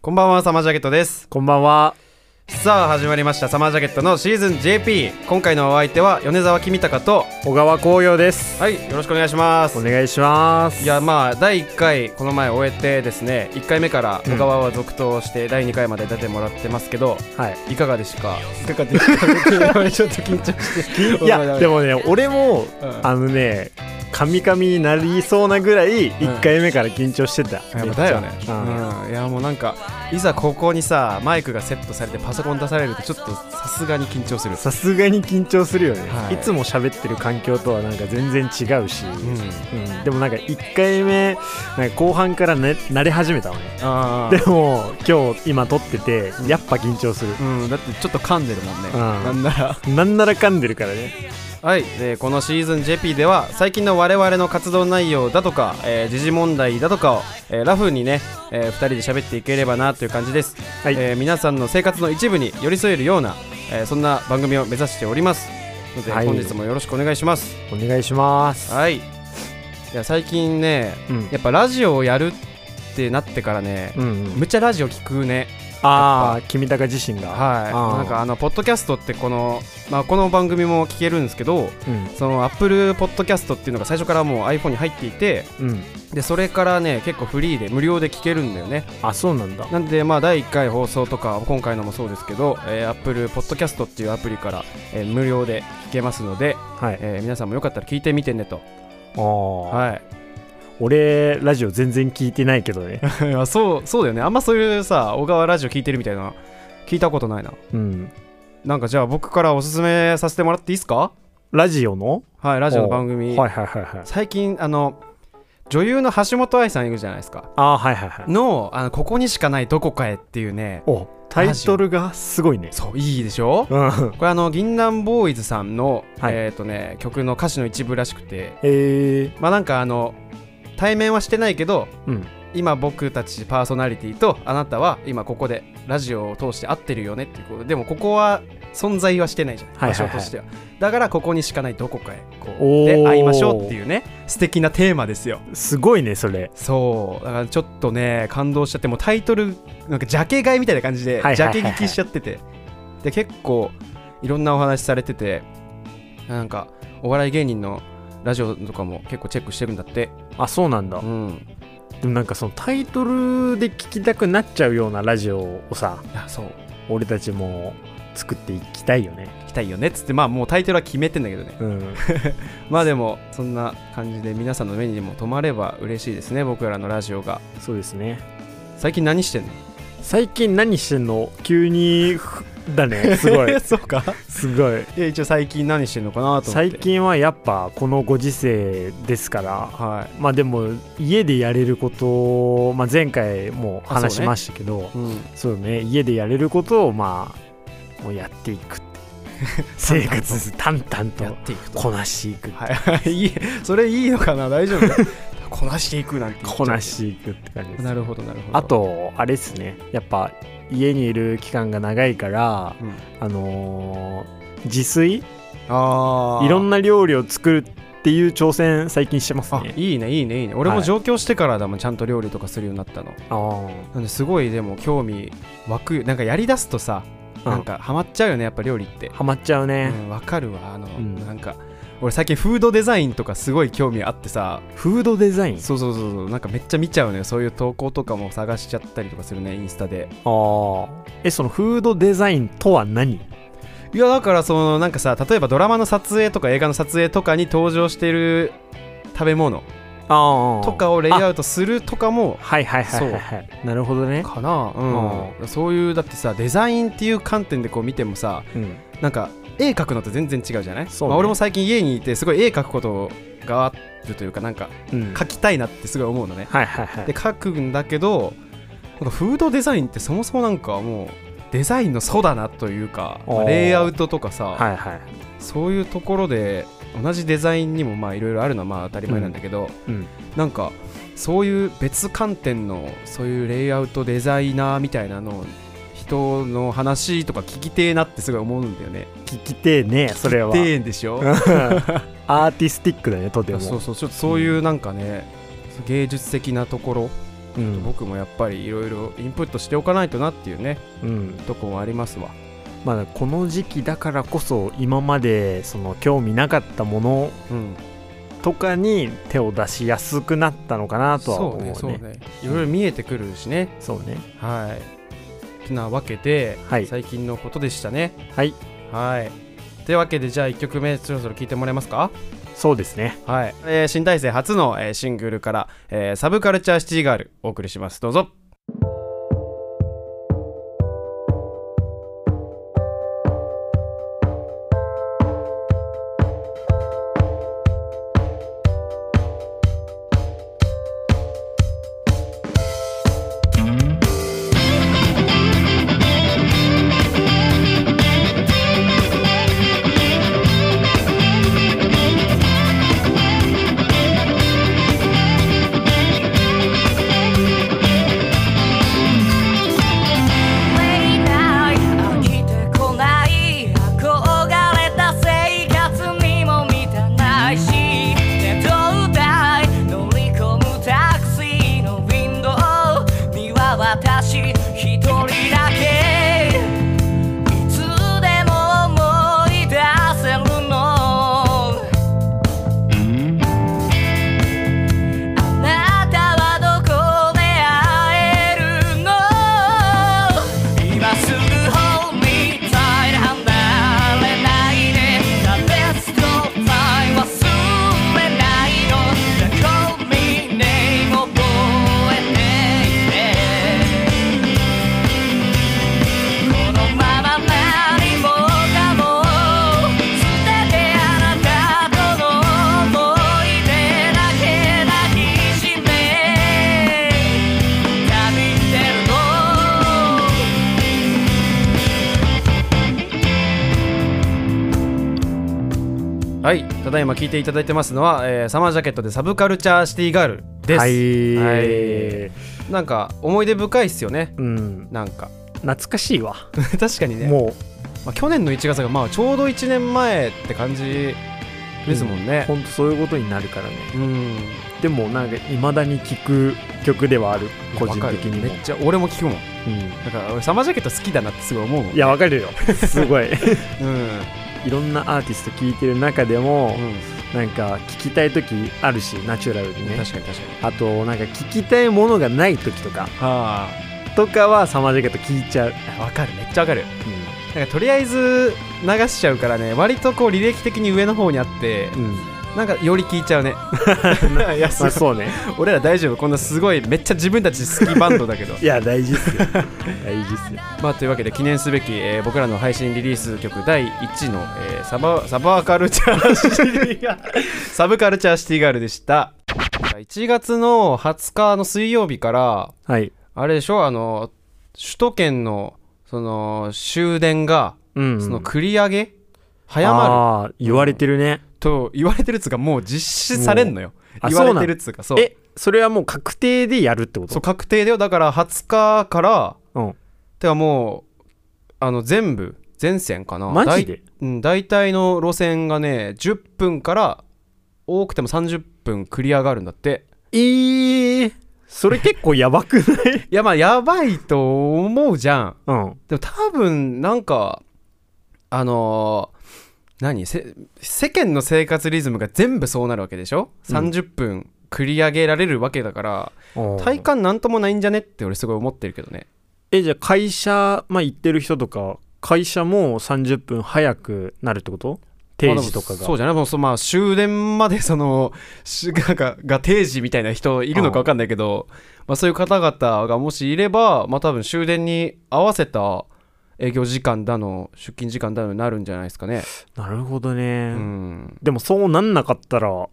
こんばんはサマージャケットですこんばんは。さあ始まりましたサマージャケットのシーズン JP 今回のお相手は米沢君高と小川紅葉です。はいよろしくお願いしますお願いします。いやまあ第1回この前終えてですね1回目から小川は続投して第2回まで出てもらってますけど、はい。いかがでしたかいかがでしたかちょっと緊張していや、でもね、俺うも、んあのね、カミカミになりそうなぐらい、ん1回目から緊張してた。やっぱだよねめっ、ちうゃうんんいやもうなんかいざここにさマイクがセットされてパソコン出されるとちょっとさすがに緊張する、さすがに緊張するよね、はいい。つも喋ってる環境とはなんか全然違うし。うん、うんでもなんか1回目なんか後半から、ね、慣れ始めたのねあでも今日今撮っててやっぱ緊張する、うん、だってちょっと噛んでるもんね、うんなんならなんなら噛んでるからねはい、でこのシーズン JP では最近の我々の活動内容だとか、えー時事問題だとかを、えーラフにね、え2人で喋っていければなという感じです、はい、えー皆さんの生活の一部に寄り添えるような、えーそんな番組を目指しておりますので、はい本日もよろしくお願いしますお願いします、はいいや最近ねうんやっぱラジオをやるってなってからね、うんうんむっちゃラジオ聞くねああ君高自身がはいあーなんかあのポッドキャストってこの、まあ、この番組も聞けるんですけどうんそのアップルポッドキャストっていうのが最初からもう iPhone に入っていてうんでそれからね結構フリーで無料で聞けるんだよねあそうなんだなんでまあ第1回放送とか今回のもそうですけど、えー、アップルポッドキャストっていうアプリから、えー無料で聞けますので、はいえー皆さんもよかったら聞いてみてねとああ、はい 俺ラジオ全然聞いてないけどねいやそうそうだよねあんまそういうさ小川ラジオ聞いてるみたいな聞いたことないなうんなんかじゃあ僕からおすすめさせてもらっていいですかラジオのはいラジオの番組、はいはいはいはい最近あの女優の橋本愛さんいるじゃないですかああはいはいはいのあのここにしかないどこかへっていうねおタイトルがすごいねそういいでしょうんこれあの銀杏ボーイズさんの、はいえっ、とね曲の歌詞の一部らしくてえー、まあなんかあの対面はしてないけどうん今僕たちパーソナリティとあなたは今ここでラジオを通して会ってるよねっていうことでもここは存在はしてないじゃないはい場はい所はいとしては,、だからここにしかないどこかへこおうーで会いましょうっていうね素敵なテーマですよすごいねそれそうだからちょっとね感動しちゃってもうタイトルなんかジャケ買いみたいな感じではいはいジはいはャいケ聞きしちゃっててで結構いろんなお話されててなんかお笑い芸人のラジオとかも結構チェックしてるんだってあそうなんだうんでもなんかそのタイトルで聞きたくなっちゃうようなラジオをさいやそう俺たちも作っていきたいよね行きたいよねっつってまあもうタイトルは決めてんだけどねうんまあでもそんな感じで皆さんの目にも留まれば嬉しいですね僕らのラジオが そうですね最近何してんの最近何してんの急にふ だねすごいそうかすごいいや一応最近何してんのかなと思って最近はやっぱこのご時世ですからはまあでも家でやれることを、まあ、前回も話しましたけどい、うん、そうね家でやれることをまあもうやっていくって 生活淡々やっとていくとこなしていくはい、いいそれいいのかな大丈夫か こなしていくなんて言っちゃうこなしていくって感じですなるほどなるほどあ、とあれですねやっぱ家にいる期間が長いからうん、あのー自炊あーいろんな料理を作るっていう挑戦最近してますあねいいねいいねいいね俺もはい上京してからだもんちゃんと料理とかするようになったの、あーなんですごいでも興味湧くよなんかやりだすとさ、うんなんかハマっちゃうよねやっぱ料理ってハマっちゃうわ、ねう、ん、わかるわあの、んなんか俺最近フードデザインとかすごい興味あってさフードデザインそうそうそうそうなんかめっちゃ見ちゃうねそういう投稿とかも探しちゃったりとかするねインスタでああえそのフードデザインとは何いやだからそのなんかさ例えばドラマの撮影とか映画の撮影とかに登場してる食べ物あとかをレイアウトするとかもはいはいはいはいはいなるほどね、かな、うん、そういうだってさデザインっていう観点でこう見てもさうん、なんか絵描くのと全然違うじゃない、そうねまあ、俺も最近家にいてすごい絵描くことがあるというかなんかうん描きたいなってすごい思うのねはいはいはいで描くんだけどなんかフードデザインってそもそもなんかもうデザインの素だなというか、まああーレイアウトとかさ、はいはいそういうところで同じデザインにもまあいろいろあるのはまあ当たり前なんだけど、うんなんかそういう別観点のそういうレイアウトデザイナーみたいなの人の話とか聞きてえなってすごい思うんだよね。聞きてえねそれは聞き てえんでしょアーティスティックだねとてもそうそうちょっとそういうなんかね、芸術的なところうん僕もやっぱりいろいろインプットしておかないとなっていうねうんとこもありますわまあ、この時期だからこそ今までその興味なかったものうんとかに手を出しやすくなったのかなとはそ思ううねねそうねいろいろ見えてくるしね、そうねはいてなわけで、はい最近のことでしたねはいはいというわけでじゃあ1曲目そろそろ聴いてもらえますかそうですねはい、えー新体制初の、えーシングルから、えーサブカルチャーシティガール」お送りしますどうぞ飽きてこない憧れた生活にも満たないし手と歌い乗り込むタクシーのウィンドウには私一人だけいつでも思い出せるの「あなたはどこで会えるの?」「今すぐホーミータイ離れないで」「ザ・ベストタイ忘れないの」「ザ・コーミネーム覚えていて」このまま何もかも捨ててあなたとの思い出だけ抱きしめ旅に出るのはいただいま聴いていただいてますのは、えーサマージャケットでサブカルチャーシティガールです、はい、はいなんか思い出深いっすよねうんなんか 懐かしいわ確かにね、もまあ、去年の1月がまあちょうど1年前って感じうですもんねほんとそういうことになるからねうんでもなんかいまだに聴く曲ではある個人的にわかるもめっちゃ俺も聞くもんうんだから俺サマージャケット好きだなってすごい思うもんいやわかるよ すごいうんいろんなアーティスト聴いてる中でも、うんなんか聞きたい時あるしナチュラルにね確かに確かにあとなんか聞きたいものがない時とかあとかはサマージャケット聞いちゃう、あわかるめっちゃわかるなんかとりあえず流しちゃうからね割とこう履歴的に上の方にあってうんうんなんかより聞いちゃうね いやすまごあいそ うね俺ら大丈夫こんなすごいめっちゃ自分たち好きバンドだ けどいや大事っすよ 大事っすよまあというわけで記念すべき、えー僕らの配信リリース曲第1の、えーサバサバカルチャ ーシティガールサブカルチャーシティガールでした1月の20日の水曜日からはいあれでしょあの首都圏のその終電がうんその繰り上げ、早まるあー言われてるね、と言われてるっつうかもう実施されんのよあ言われてるっつうかそうえそれはもう確定でやるってことそう確定だよだから20日からうんてかもうあの全部全線かなマジでだいうん、大体の路線がね10分から多くても30分繰り上がるんだってえー、それ結構やばくないいやまあやばいと思 うじゃんうんでも多分なんかあのー何せ世間の生活リズムが全部そうなるわけでしょうん30分繰り上げられるわけだから、体感なんともないんじゃねって俺すごい思ってるけどねえじゃあ会社、まあ、行ってる人とか会社も30分早くなるってこと定時とかまあでが、もそうじゃないもうそうまあ終電までその しががが定時みたいな人いるのか分かんないけどまあ、そういう方々がもしいればまあ多分終電に合わせた営業時間だの出勤時間だのになるんじゃないですかねなるほどね、うんでもそうなんなかったら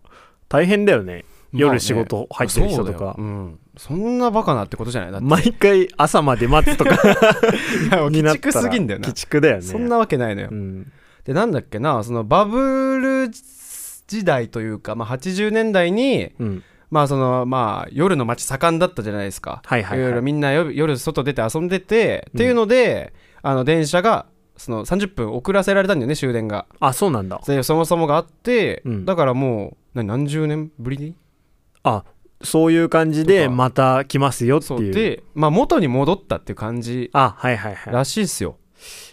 大変だよねまあね夜仕事入ってるそ人とうだよか、うん、そんなバカなってことじゃないだって毎回朝まで待つとか にな鬼ったら畜すぎんだよな鬼畜だよねそんなわけないのよ、うんでなんだっけなそのバブル時代というか、まあ、80年代にうんまあそのまあ夜の街盛んだったじゃないですか、はいはいはいろいろみんな夜夜外出て遊んでて、っていうのであの電車がその30分遅らせられたんだよね終電があそうなんだでそもそもがあって、うんだからもう何何十年ぶりにあそういう感じとでかまた来ますよってそいううで、まあ、元に戻ったっていう感じあはいはいはいらしいっすよ、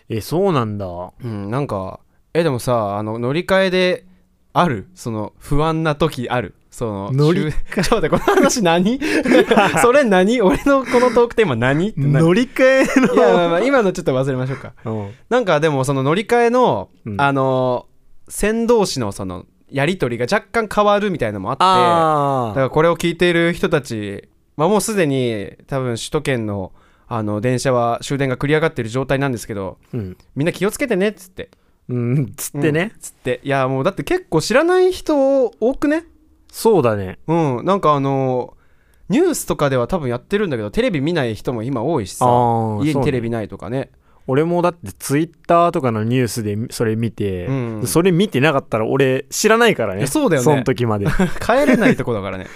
えそうなんだはうん、なんかえでもさあの乗り換えであるその不安な時あるその乗り終 ちょっと待ってこの話 何それ何俺のこのトークテーマ何ってなる乗り換えのいやまあまあ今のちょっと忘れましょうかうんなんかでもその乗り換えの、うんあの船同士のそのやり取りが若干変わるみたいなのもあってだあからこれを聞いている人たち、まあ、もうすでに多分首都圏のあの電車は終電が繰り上がってる状態なんですけどーうんみんな気をつけてねっつってうんつってね、つっていやもうだって結構知らない人多くねそうだねうんなんかあのニュースとかでは多分やってるんだけどテレビ見ない人も今多いしあさー家にそうねテレビないとかね 俺もだってツイッターとかのニュースでそれ見て、うんそれ見てなかったら俺知らないからいやねそうだよねその時 まで帰れないとこだ からね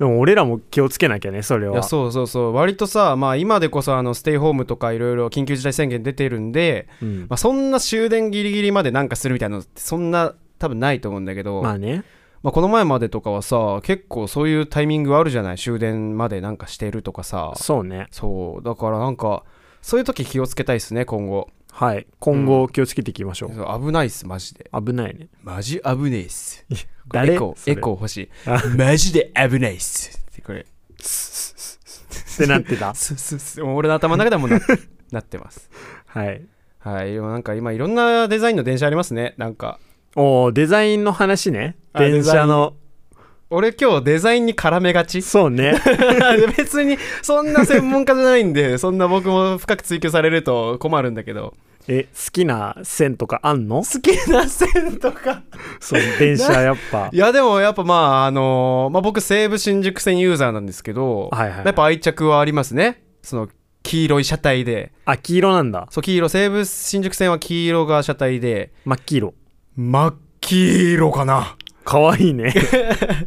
でも俺らも気をつけなきゃねそれいやはそうそうそう割とさまあ今でこそあのステイホームとかいろいろ緊急事態宣言出てるんで、うんまあ、そんな終電ギリギリまでなんかするみたいなのってそんな多分ないと思うんだけど、ままああねこの前までとかはさ結構そういうタイミングあるじゃない終電までなんかしてるとかさそうねそうだからなんかそういう時気をつけたいっすね今後はい今後気をつけていきましょう、そう危ないっすマジで危ないねマジ危ねえっす誰エコそーれエコー欲しいあマジで危ないっすってこれってなってたすすすもう俺の頭の中ではもうななってますはいはい、でもなんか今いろんなデザインの電車ありますね。なんか、おーデザインの話ねあ電車の俺今日デザインに絡めがち。そう ね別にそんな専門家じゃないんで、そんな僕も深く追求されると困るんだけど。え好きな線とかあんの好きな線とか。 そう電車やっぱいやでもやっぱまああのーまあ僕西武新宿線ユーザーなんですけど、はいはいやっぱ愛着はありますね。その黄色い車体で。あ黄色なんだそう黄色、西武新宿線は黄色が車体で、真っ黄色真っ黄色かな。 かわいいね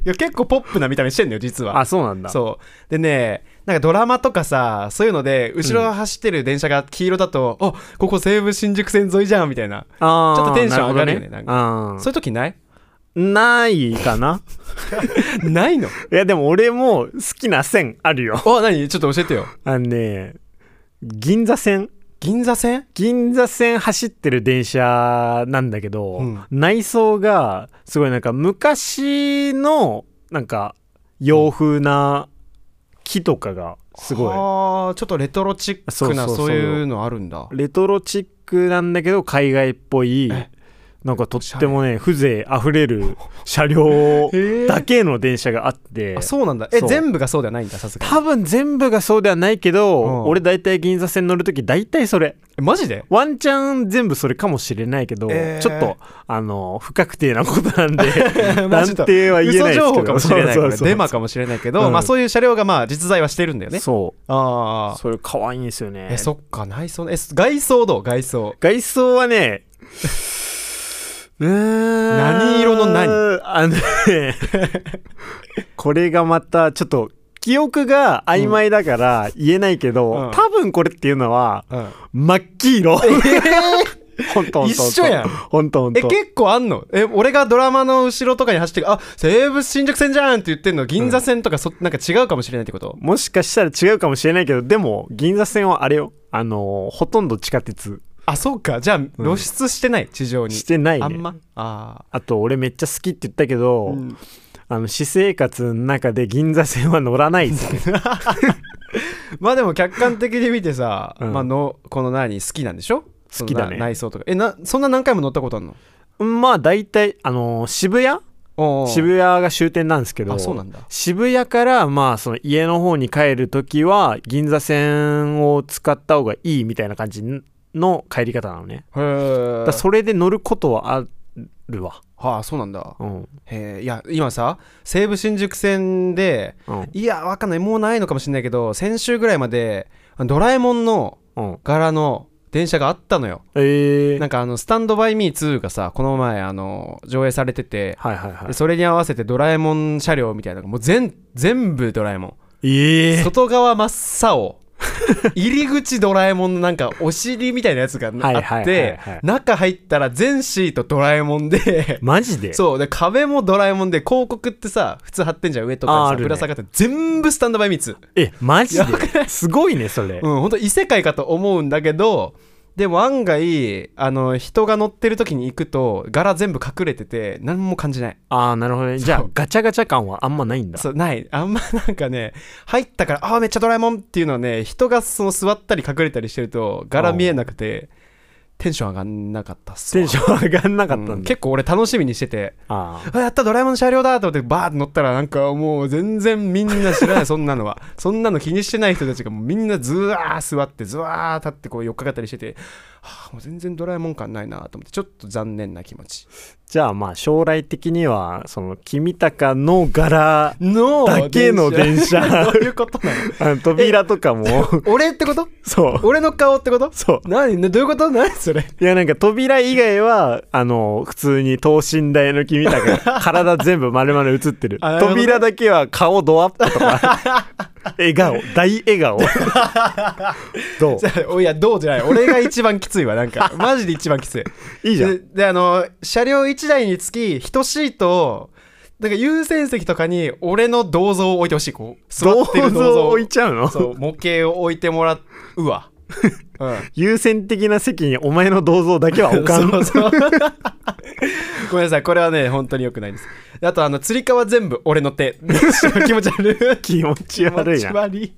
いや結構ポップな見た目してんだよ、実は。あそうなんだそうでねなんかドラマとかさそういうので後ろ走ってる電車が黄色だと、あここ西武新宿線沿いじゃんみたいな、あーちょっとテンション上がるよねなんなるほどかねあーそういう時ないない かなないの いやでも俺も好きな線あるよあ何ちょっと教えてよあのね銀座線銀座線銀座線走ってる電車なんだけど、うん内装がすごいなんか昔のなんか洋風な木とかがすごい、ああちょっとレトロチックなそうそうそうそういうのあるんだレトロチックなんだけど海外っぽいえなんかとってもね風情あふれる車両へえだけの電車があってあそうなんだえそう全部がそうではないんださすがに多分全部がそうではないけど、うん俺大体銀座線乗るとき大体それえマジ でワンチャン全部それかもしれないけど、えーちょっとあの不確定なことなんでマジ断だ定は言えないですけど嘘情報かもしれないそこうれそうそうデマかもしれないけど、うんまあそういう車両がまあ実在はしてるんだよ ねそあうあそれ可愛いんですよねえそっか内装のえ外装どう外装外装はねうー ん何色の何あの ねこれがまたちょっと記憶が曖昧だから言えないけど、うん多分これっていうのは うん真っ黄色 ほんとほんとほんと一緒やんほんとほんとえ結構あんのえ俺がドラマの後ろとかに走ってるあ西武新宿線じゃんって言ってんの銀座線とかそ、なんか違うかもしれないってこともしかしたら違うかもしれないけどでも銀座線はあれよあのーほとんど地下鉄あそうかじゃあ露出してない、地上にしてないねあんまああと俺めっちゃ好きって言ったけど、あ、あの私生活の中で銀座線は乗らな いですねまあでも客観的に見てさ、うんまあ、のこの何好きなんでしょ好きだそのねな内装とかえなそんな何回も乗ったことあるのまあ大体あのー渋谷おうおう渋谷が終点なんですけどあそうなんだ渋谷からまあその家の方に帰るときは銀座線を使った方がいいみたいな感じの帰り方なのねへえだからそれで乗ることはあるわはあそうなんだうんへえいや今さ西武新宿線でうんいやわかんないもうないのかもしれないけど先週ぐらいまであのドラえもんのうん柄の電車があったのよええなんかあの「スタンド・バイ・ミー2」がさこの前あの上映されてて、はいはいはでそれに合わせてドラえもん車両みたいなのがもう全全部ドラえもんいええ 外側真っ青入り口ドラえもんのなんかお尻みたいなやつがはいはいあっはいてはい中入ったら全シートドラえもん でマジでそうで壁もドラえもんで広告ってさ普通貼ってんじゃん上とかにああさるねぶら下がって全部スタンドバイミーツえマジですごいねそうれ、ん本当異世界かと思うんだけどでも案外あの人が乗ってる時に行くと柄全部隠れてて何も感じないああなるほどねじゃあそうガチャガチャ感はあんまないんだそうないあんまなんかね入ったからああめっちゃドラえもんっていうのはね人がその座ったり隠れたりしてると柄見えなくてテンション上がんなかったっすわテンション上がんなかったんだ、うん結構俺楽しみにしててあーあやったドラえもんの車両だと思ってバーって乗ったらなんかもう全然みんな知 らないそんなのはそんなの気にしてない人たちがもうみんなずわー座ってずわー立ってこう寄っかかったりしてて、はあ、もう全然ドラえもん感ないなと思ってちょっと残念な気持ちじゃあまあ将来的にはその君高の 柄のだけ の電車 どういうことなのあの扉とかも俺ってこと そう俺の顔ってことそう何どういうこと何それいやなんか扉以外はあの普通に等身大の君高 が体全部丸々映ってるあなるほどね扉だけは顔ドアップとか 笑顔大笑顔どうおいやどうじゃない俺が一番きついわなん かマジで一番きついいいじゃんでであの車両1台につき1シートをなんか優先席とかに俺の銅像を置いてほしいこう座ってる銅像を置いちゃうのそう模型を置いてもらう わ、うん、優先的な席にお前の銅像だけは置かんそうそう ごめんなさいこれはね本当に良くないですであとあのつり革全部俺の手 気持ち悪い気持ち悪気持いなち悪い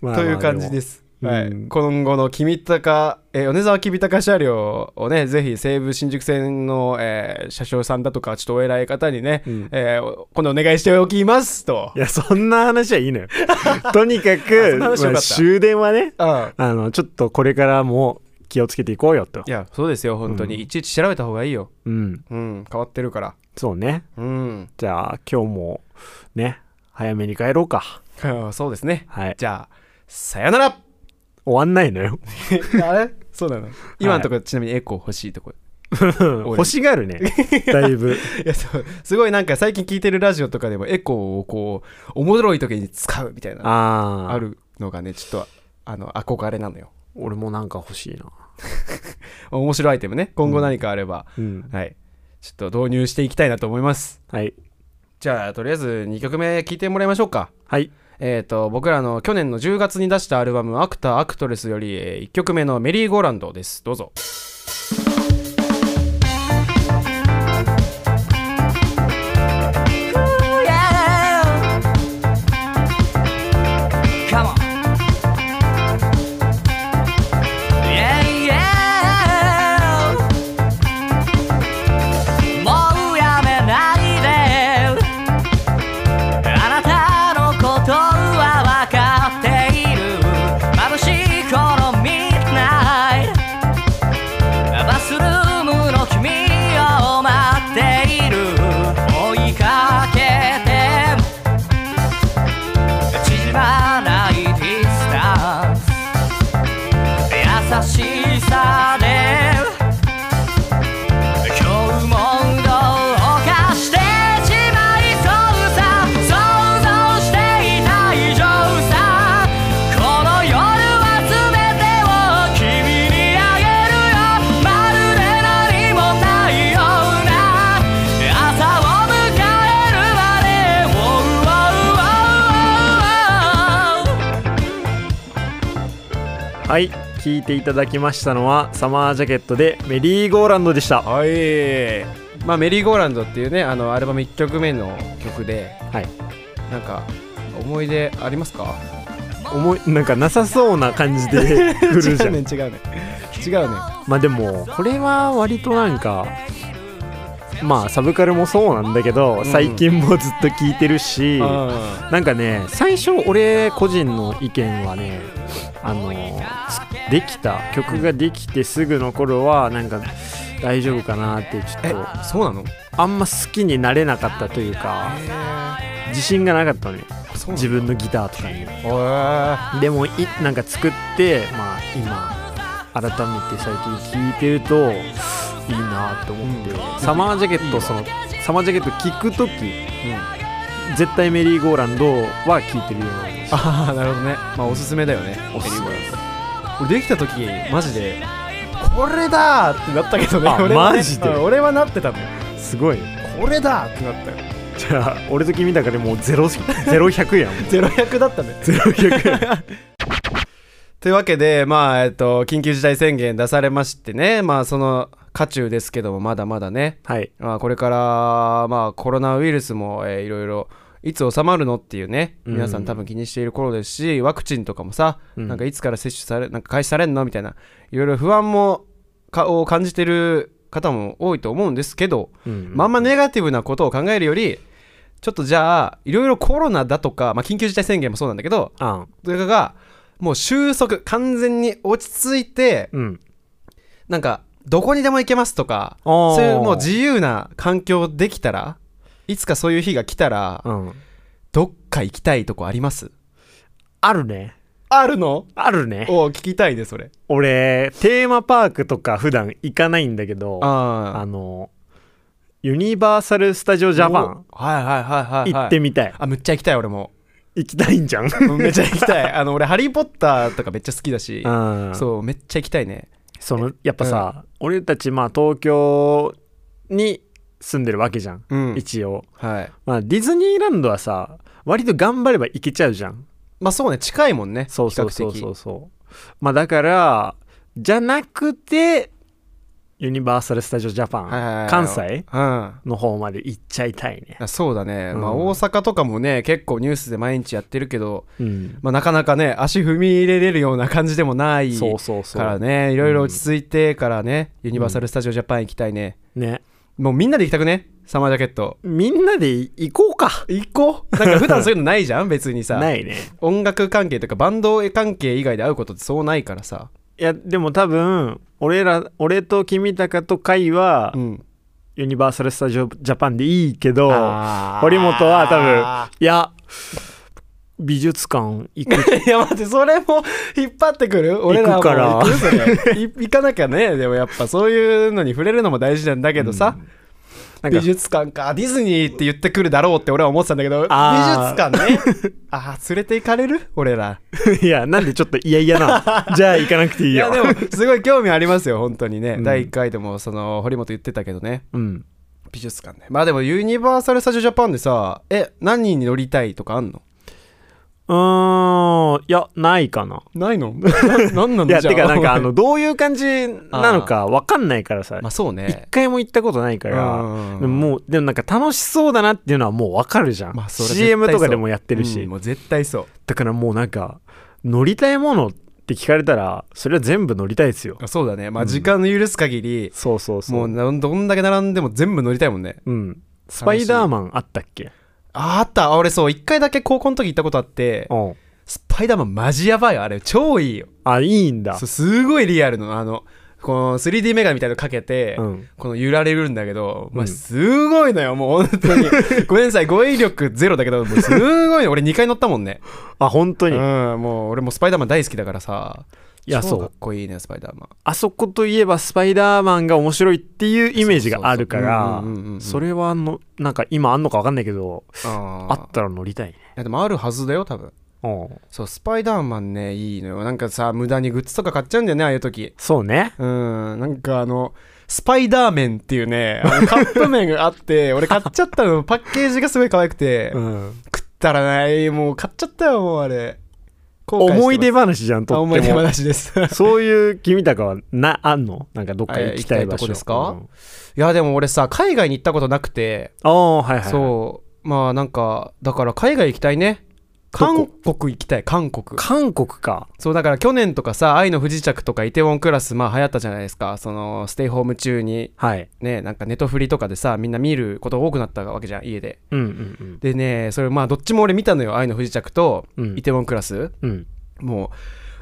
まあまあという感じです。でもはいうん、今後の君高、えー米沢君高車両をね、ぜひ西武新宿線の、えー車掌さんだとか、ちょっとお偉い方にね、うんえー今度お願いしておきますとい。やそんな話はいいの よとにかあそくんな話よかったまあ終電はねああのちょっとこれからも気をつけていこうよといや、そうですよ、本当に、うんいちいち調べた方がいいよ。うんうん、変わってるから。そうねうん、 じゃあ今日もね早めに帰ろうかあそうですね。はいじ ゃあ、さよなら終わんない のよあれそうなの 今のところ、ちなみにエコー欲しいところ。欲しがるねだ いぶいやそうすごいなんか最近聞いてるラジオとかでもエコーをこう、おもろい時に使うみたいな。あああるのがねちょっとあの憧れなのよ俺もなんか欲しいな面白いアイテムね今後何かあれば、うんはいちょっと導入していきたいなと思いますはいじゃあとりあえず2曲目聴いてもらいましょうかはいえっ、と僕らの去年の10月に出したアルバム「アクターアクトレス」より1曲目の「メリーゴーランド」ですどうぞもうやめないであなたのことは分かっている眩しいこのミッドナイトバスルームの君を待っている追いかけて縮まないディスタンス優しさで今日もどうかしてしまいそうさ想像していた以上さこの夜は全てを君にあげるよまるで何もないような朝を迎えるまで Wow, wow, wow, wow はい聞いていただきましたのはサマージャケットでメリーゴーランドでしたははいまあ、メリーゴーランドっていうねあのアルバム1曲目の曲でいなんか思い出ありますか思いなんかなさそうな感じで振るじゃん違うね違うねまあでもこれは割となんかまあサブカルもそうなんだけど、ん最近もずっと聞いてるし、あなんかね最初俺個人の意見はねあのつできた曲ができてすぐの頃はなんか大丈夫かなってちょっとーそうなのあんま好きになれなかったというか自信がなかったのよそうな自分のギターとかにのへーでもいなんか作ってまあ今改めて最近聞いてるといいなと思って、うんサマージャケットそのサマージャケット聞く時絶対メリーゴーランドは聴いてるようになりましたああなるほどねまあおすすめだよねおすすめメリーゴーランド俺できた時マジでこれだーってなったけどねあ俺はねマジでうん俺はなってたのよすごいねこれだーってなったよじゃあ俺と君だからも うゼロゼロ100やんゼロ百だったねゼロ100やん というわけで、まあ、えっと、緊急事態宣言出されましてね、まあ、その渦中ですけども、まだまだね、はいまあ、これから、まあ、コロナウイルスも、えーいろいろ、いつ収まるのっていうね、うん皆さん多分気にしている頃ですし、ワクチンとかもさ、うんなんかいつから接種され、なんか開始されんのみたいな、いろいろ不安も、かを感じてる方も多いと思うんですけど、 うんまああんまネガティブなことを考えるより、ちょっとじゃあ、いろいろコロナだとか、まあ、緊急事態宣言もそうなんだけど、あというかがもう収束完全に落ち着いてうんなんかどこにでも行けますとかあーそういうもう自由な環境できたらいつかそういう日が来たらうんどっか行きたいとこありますあるねあるのあるねお聞きたいでそれ俺テーマパークとか普段行かないんだけどああのユニバーサル・スタジオ・ジャパンおはいはいはいはい、はい、行ってみたい、あめっちゃ行きたい俺も行きたいんじゃんめっちゃ行きたいあの俺ハリー・ポッターとかめっちゃ好きだし うんそうめっちゃ行きたいねそのやっぱさ、俺たちまあ東京に住んでるわけじゃん、うん一応、はいまあ、ディズニーランドはさ割と頑張れば行けちゃうじゃんまあそうね近いもんねそうそうそう比そ較う的そうまあだからじゃなくてユニバーサル・スタジオ・ジャパン、はいはいはい関西うんの方まで行っちゃいたいね、あそうだね、うんまあ、大阪とかもね結構ニュースで毎日やってるけど、うん、まあ、なかなかね足踏み入れれるような感じでもないそうそうそうからねいろいろ落ち着いてからね、ユニバーサル・スタジオ・ジャパン行きたいね、ねもうみんなで行きたくねサマージャケットみんなで行こうか行こ うなんか普段そういうのないじゃん別にさないね音楽関係とかバンド関係以外で会うことってそうないからさ、いやでも多分俺ら俺と君高と海は、うん、 ユニバーサル・スタジオ・ジャパンでいいけどあー堀本は多分いや美術館行くいや待ってそれも引っ張ってくる俺らも行くから行くそれい 行かなきゃねでもやっぱそういうのに触れるのも大事なんだけどさ、なんか美術館かディズニーって言ってくるだろうって俺は思ってたんだけど美あ術ー館ねああ連れて行かれる俺ら いやなんでちょっと嫌々 なじゃあ行かなくていいいよやでもすごい興味ありますよ本当にね、うん第1回でもその堀本言ってたけどねうん、美術館ねまあでもユニバーサル・スタジオ・ジャパンでさえ何人に乗りたいとかあんのうーんいやないかなない のななんなんいだやじゃあてかなんかおあ の前どういう感じなのかわかんないからさまあそう一ね回も行ったことないから、うんでももうでもなんか楽しそうだなっていうのはもうわかるじゃん、まあそれ絶対そう CM とかでもやってるし、うんもう絶対そうだからもうなんか乗りたいものって聞かれたらそれは全部乗りたいですよあそうだねまあうん時間の許す限り、そうそうそうもうなどんだけ並んでも全部乗りたいもんねうんスパイダーマンあったっけああったあ俺そう一回だけ高校の時行ったことあってうんスパイダーマンマジやばいよあれ超いいよあいいんだそうすごいリアルのあのこの 3D メガネみたいのかけて、うんこの揺られるんだけど、まうあ、んすごいのよもう本 当にごめんなさい語彙力ゼロだけどもうすごいの俺2回乗ったもんねあ本当うに、んもう俺もスパイダーマン大好きだからさいや超そうかっこいいねスパイダーマンあそこといえばスパイダーマンが面白いっていうイメージがあるからそうそうそううんうんうんうんそれはあのなんか今あんのか分かんないけどああったら乗りたいねいやでもあるはずだよ多分うんそうスパイダーマンねいいのよなんかさ無駄にグッズとか買っちゃうんだよねああいう時そうねうんなんかあのスパイダーメンっていうねあのカップ麺があって 俺買っちゃったのパッケージがすごい可愛くて、うん食ったらないもう買っちゃったよもうあれ後悔してます思い出話じゃんあとっ思いて出も話ですそういう君高はなあんのなんかどっか行きたえ行きたいい場とこ所ですかうん いやでも俺さ海外に行ったことなくて、ああはいはいはいそうまあなんかだから海外行きたいねど韓こ国行きたい韓国韓国かそうだから去年とかさ「愛の不時着」とか「イテウォンクラス」まあ流行ったじゃないですかそのステイホーム中にはいねなんかネトフリとかでさみんな見ること多くなったわけじゃん家でうんうんでねそれまあどっちも俺見たのよ「愛の不時着」とう「んイテウォンクラスうんうん」も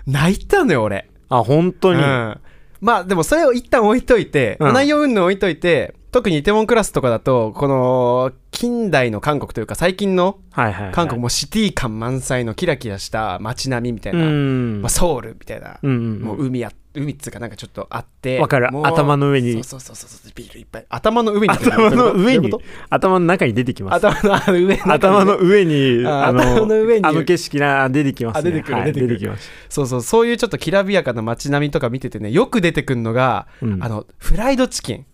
う泣いたのよ俺あ本当にうんまあでもそれを一旦置いといて、うん内容云々置いといて特にイテモンクラスとかだとこの近代の韓国というか最近のはいはいはい韓国もシティ感満載のキラキラした街並みみたいうな、んまあ、ソウルみたいな、うんうんうんもう海や海っつうかなんかちょっとあってわかるもう頭の上にそうそうそうそうビールいっぱい頭の上に頭の上にどういうこ頭の中に出てきとま す頭のあの上に頭の上にあーあ頭の上にのあの景色が出てきますねあ出てくるは出いてくる出てきますそうそうそういうちょっときらびやかな街並みとか見ててねよく出てくるのが、うんあのフライドチキン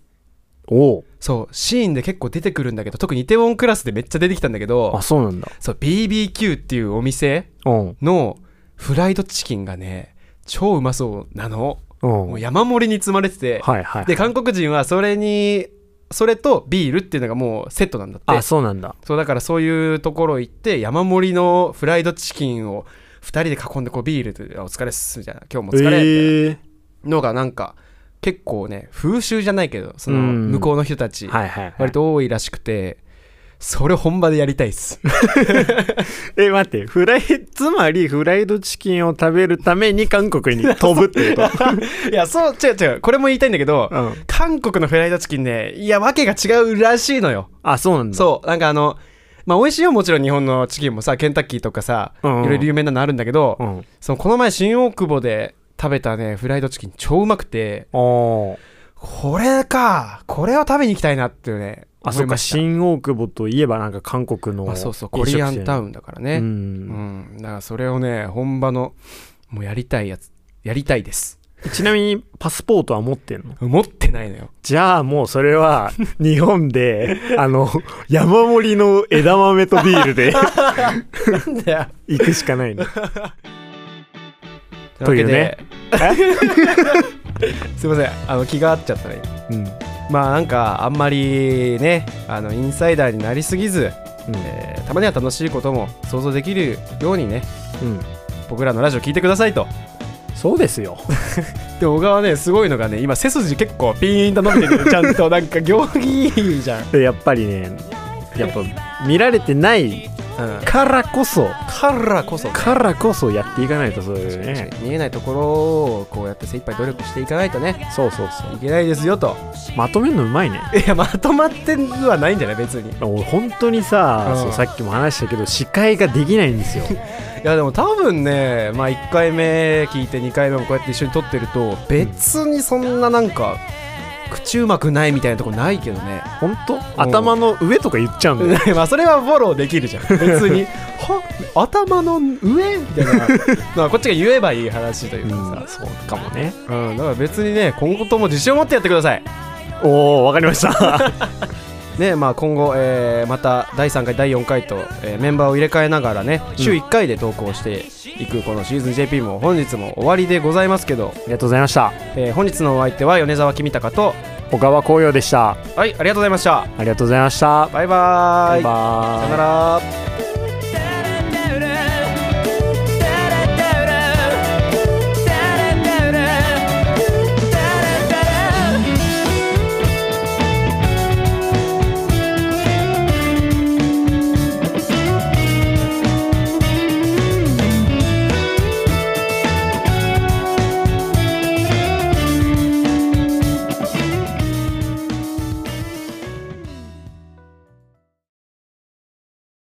おおそうシーンで結構出てくるんだけど特にイテウォンクラスでめっちゃ出てきたんだけどあそうなんだそう BBQ っていうお店うんのフライドチキンがね超うまそうなのうんもはうい山盛りに積まれてて、はいはいで韓国人はそれにそれとビールっていうのがもうセットなんだってあそうなんだそうだからそういうところ行って山盛りのフライドチキンを2人で囲んでこうビールで「あお疲れっす」みたいな「今日もお疲れ」みたいな、ええのがなんか結構ね風習じゃないけどそのうん向こうの人たちはいはいはい割と多いらしくてそれ本場でやりたいっすえ待ってフライ つまりフライドチキンを食べるために韓 国に飛ぶっていうこと いやそう違う違うこれも言いたいんだけど、うん韓国のフライドチキンねいや訳が違うらしいのよあそうなんだそうなんかあのまあ美味しいよもちろん日本のチキンもさケンタッキーとかさ、うんうんいろいろ有名なのあるんだけど、うんそのこの前新大久保で食べたねフライドチキン超うまくてああこれかこれを食べに行きたいなっていうねあそ思いうまかした新大久保といえばなんか韓国のまあ、そうそうコリアンタウンだからンね、うん、うん、だからそれをね本場のもうやりたいやつやりたいですちなみにパスポートは持ってんの持ってないのよじゃあもうそ れは日本であの山盛りの枝豆とビー ルで行くしかないのというねというわけで すいませんあの気が合っちゃったねうん、まあなんかあんまりねあのインサイダーになりすぎず、うえーたまには楽しいことも想像できるようにねんうん、僕らのラジオ聞いてくださいとそうですよで小川ねすごいのがね今背筋結構ピーンと伸びてるちゃん となんか行儀いいじゃん、でやっぱりねやっぱ見られてないうん、からこそからこそからこそやっていかないとそういうね見えないところをこうやって精一杯努力していかないとねそうそうそいけないですよとうまとめるのうまいねいやまとまってはないんじゃない別にい俺本当にさ、うんそうさっきも話したけど司会ができないん ですよやでも多分ねまあ1回目聞いて2回目もこうやって一緒に撮ってると別にそんななんか口うまくないみたいなとこないけどね本当頭の上とか言っちゃうん だよまあそれはフォローできる じゃん別には頭の上みたいな まあこっちが言えばいい話といううんかそうかもねさ、うんだから別にね今後とも自信を持ってやってくださいおおわかりました ねまあ、今後、えーまた第3回第4回と、えーメンバーを入れ替えながらね週1回で投稿していくこのシーズン JP も本日も終わりでございますけど、ありがとうございましたえー本日のお相手は米沢君高と小川紅葉でしはたいありがとうございましたありがとうございましたバイバーイバイバーイさよなら「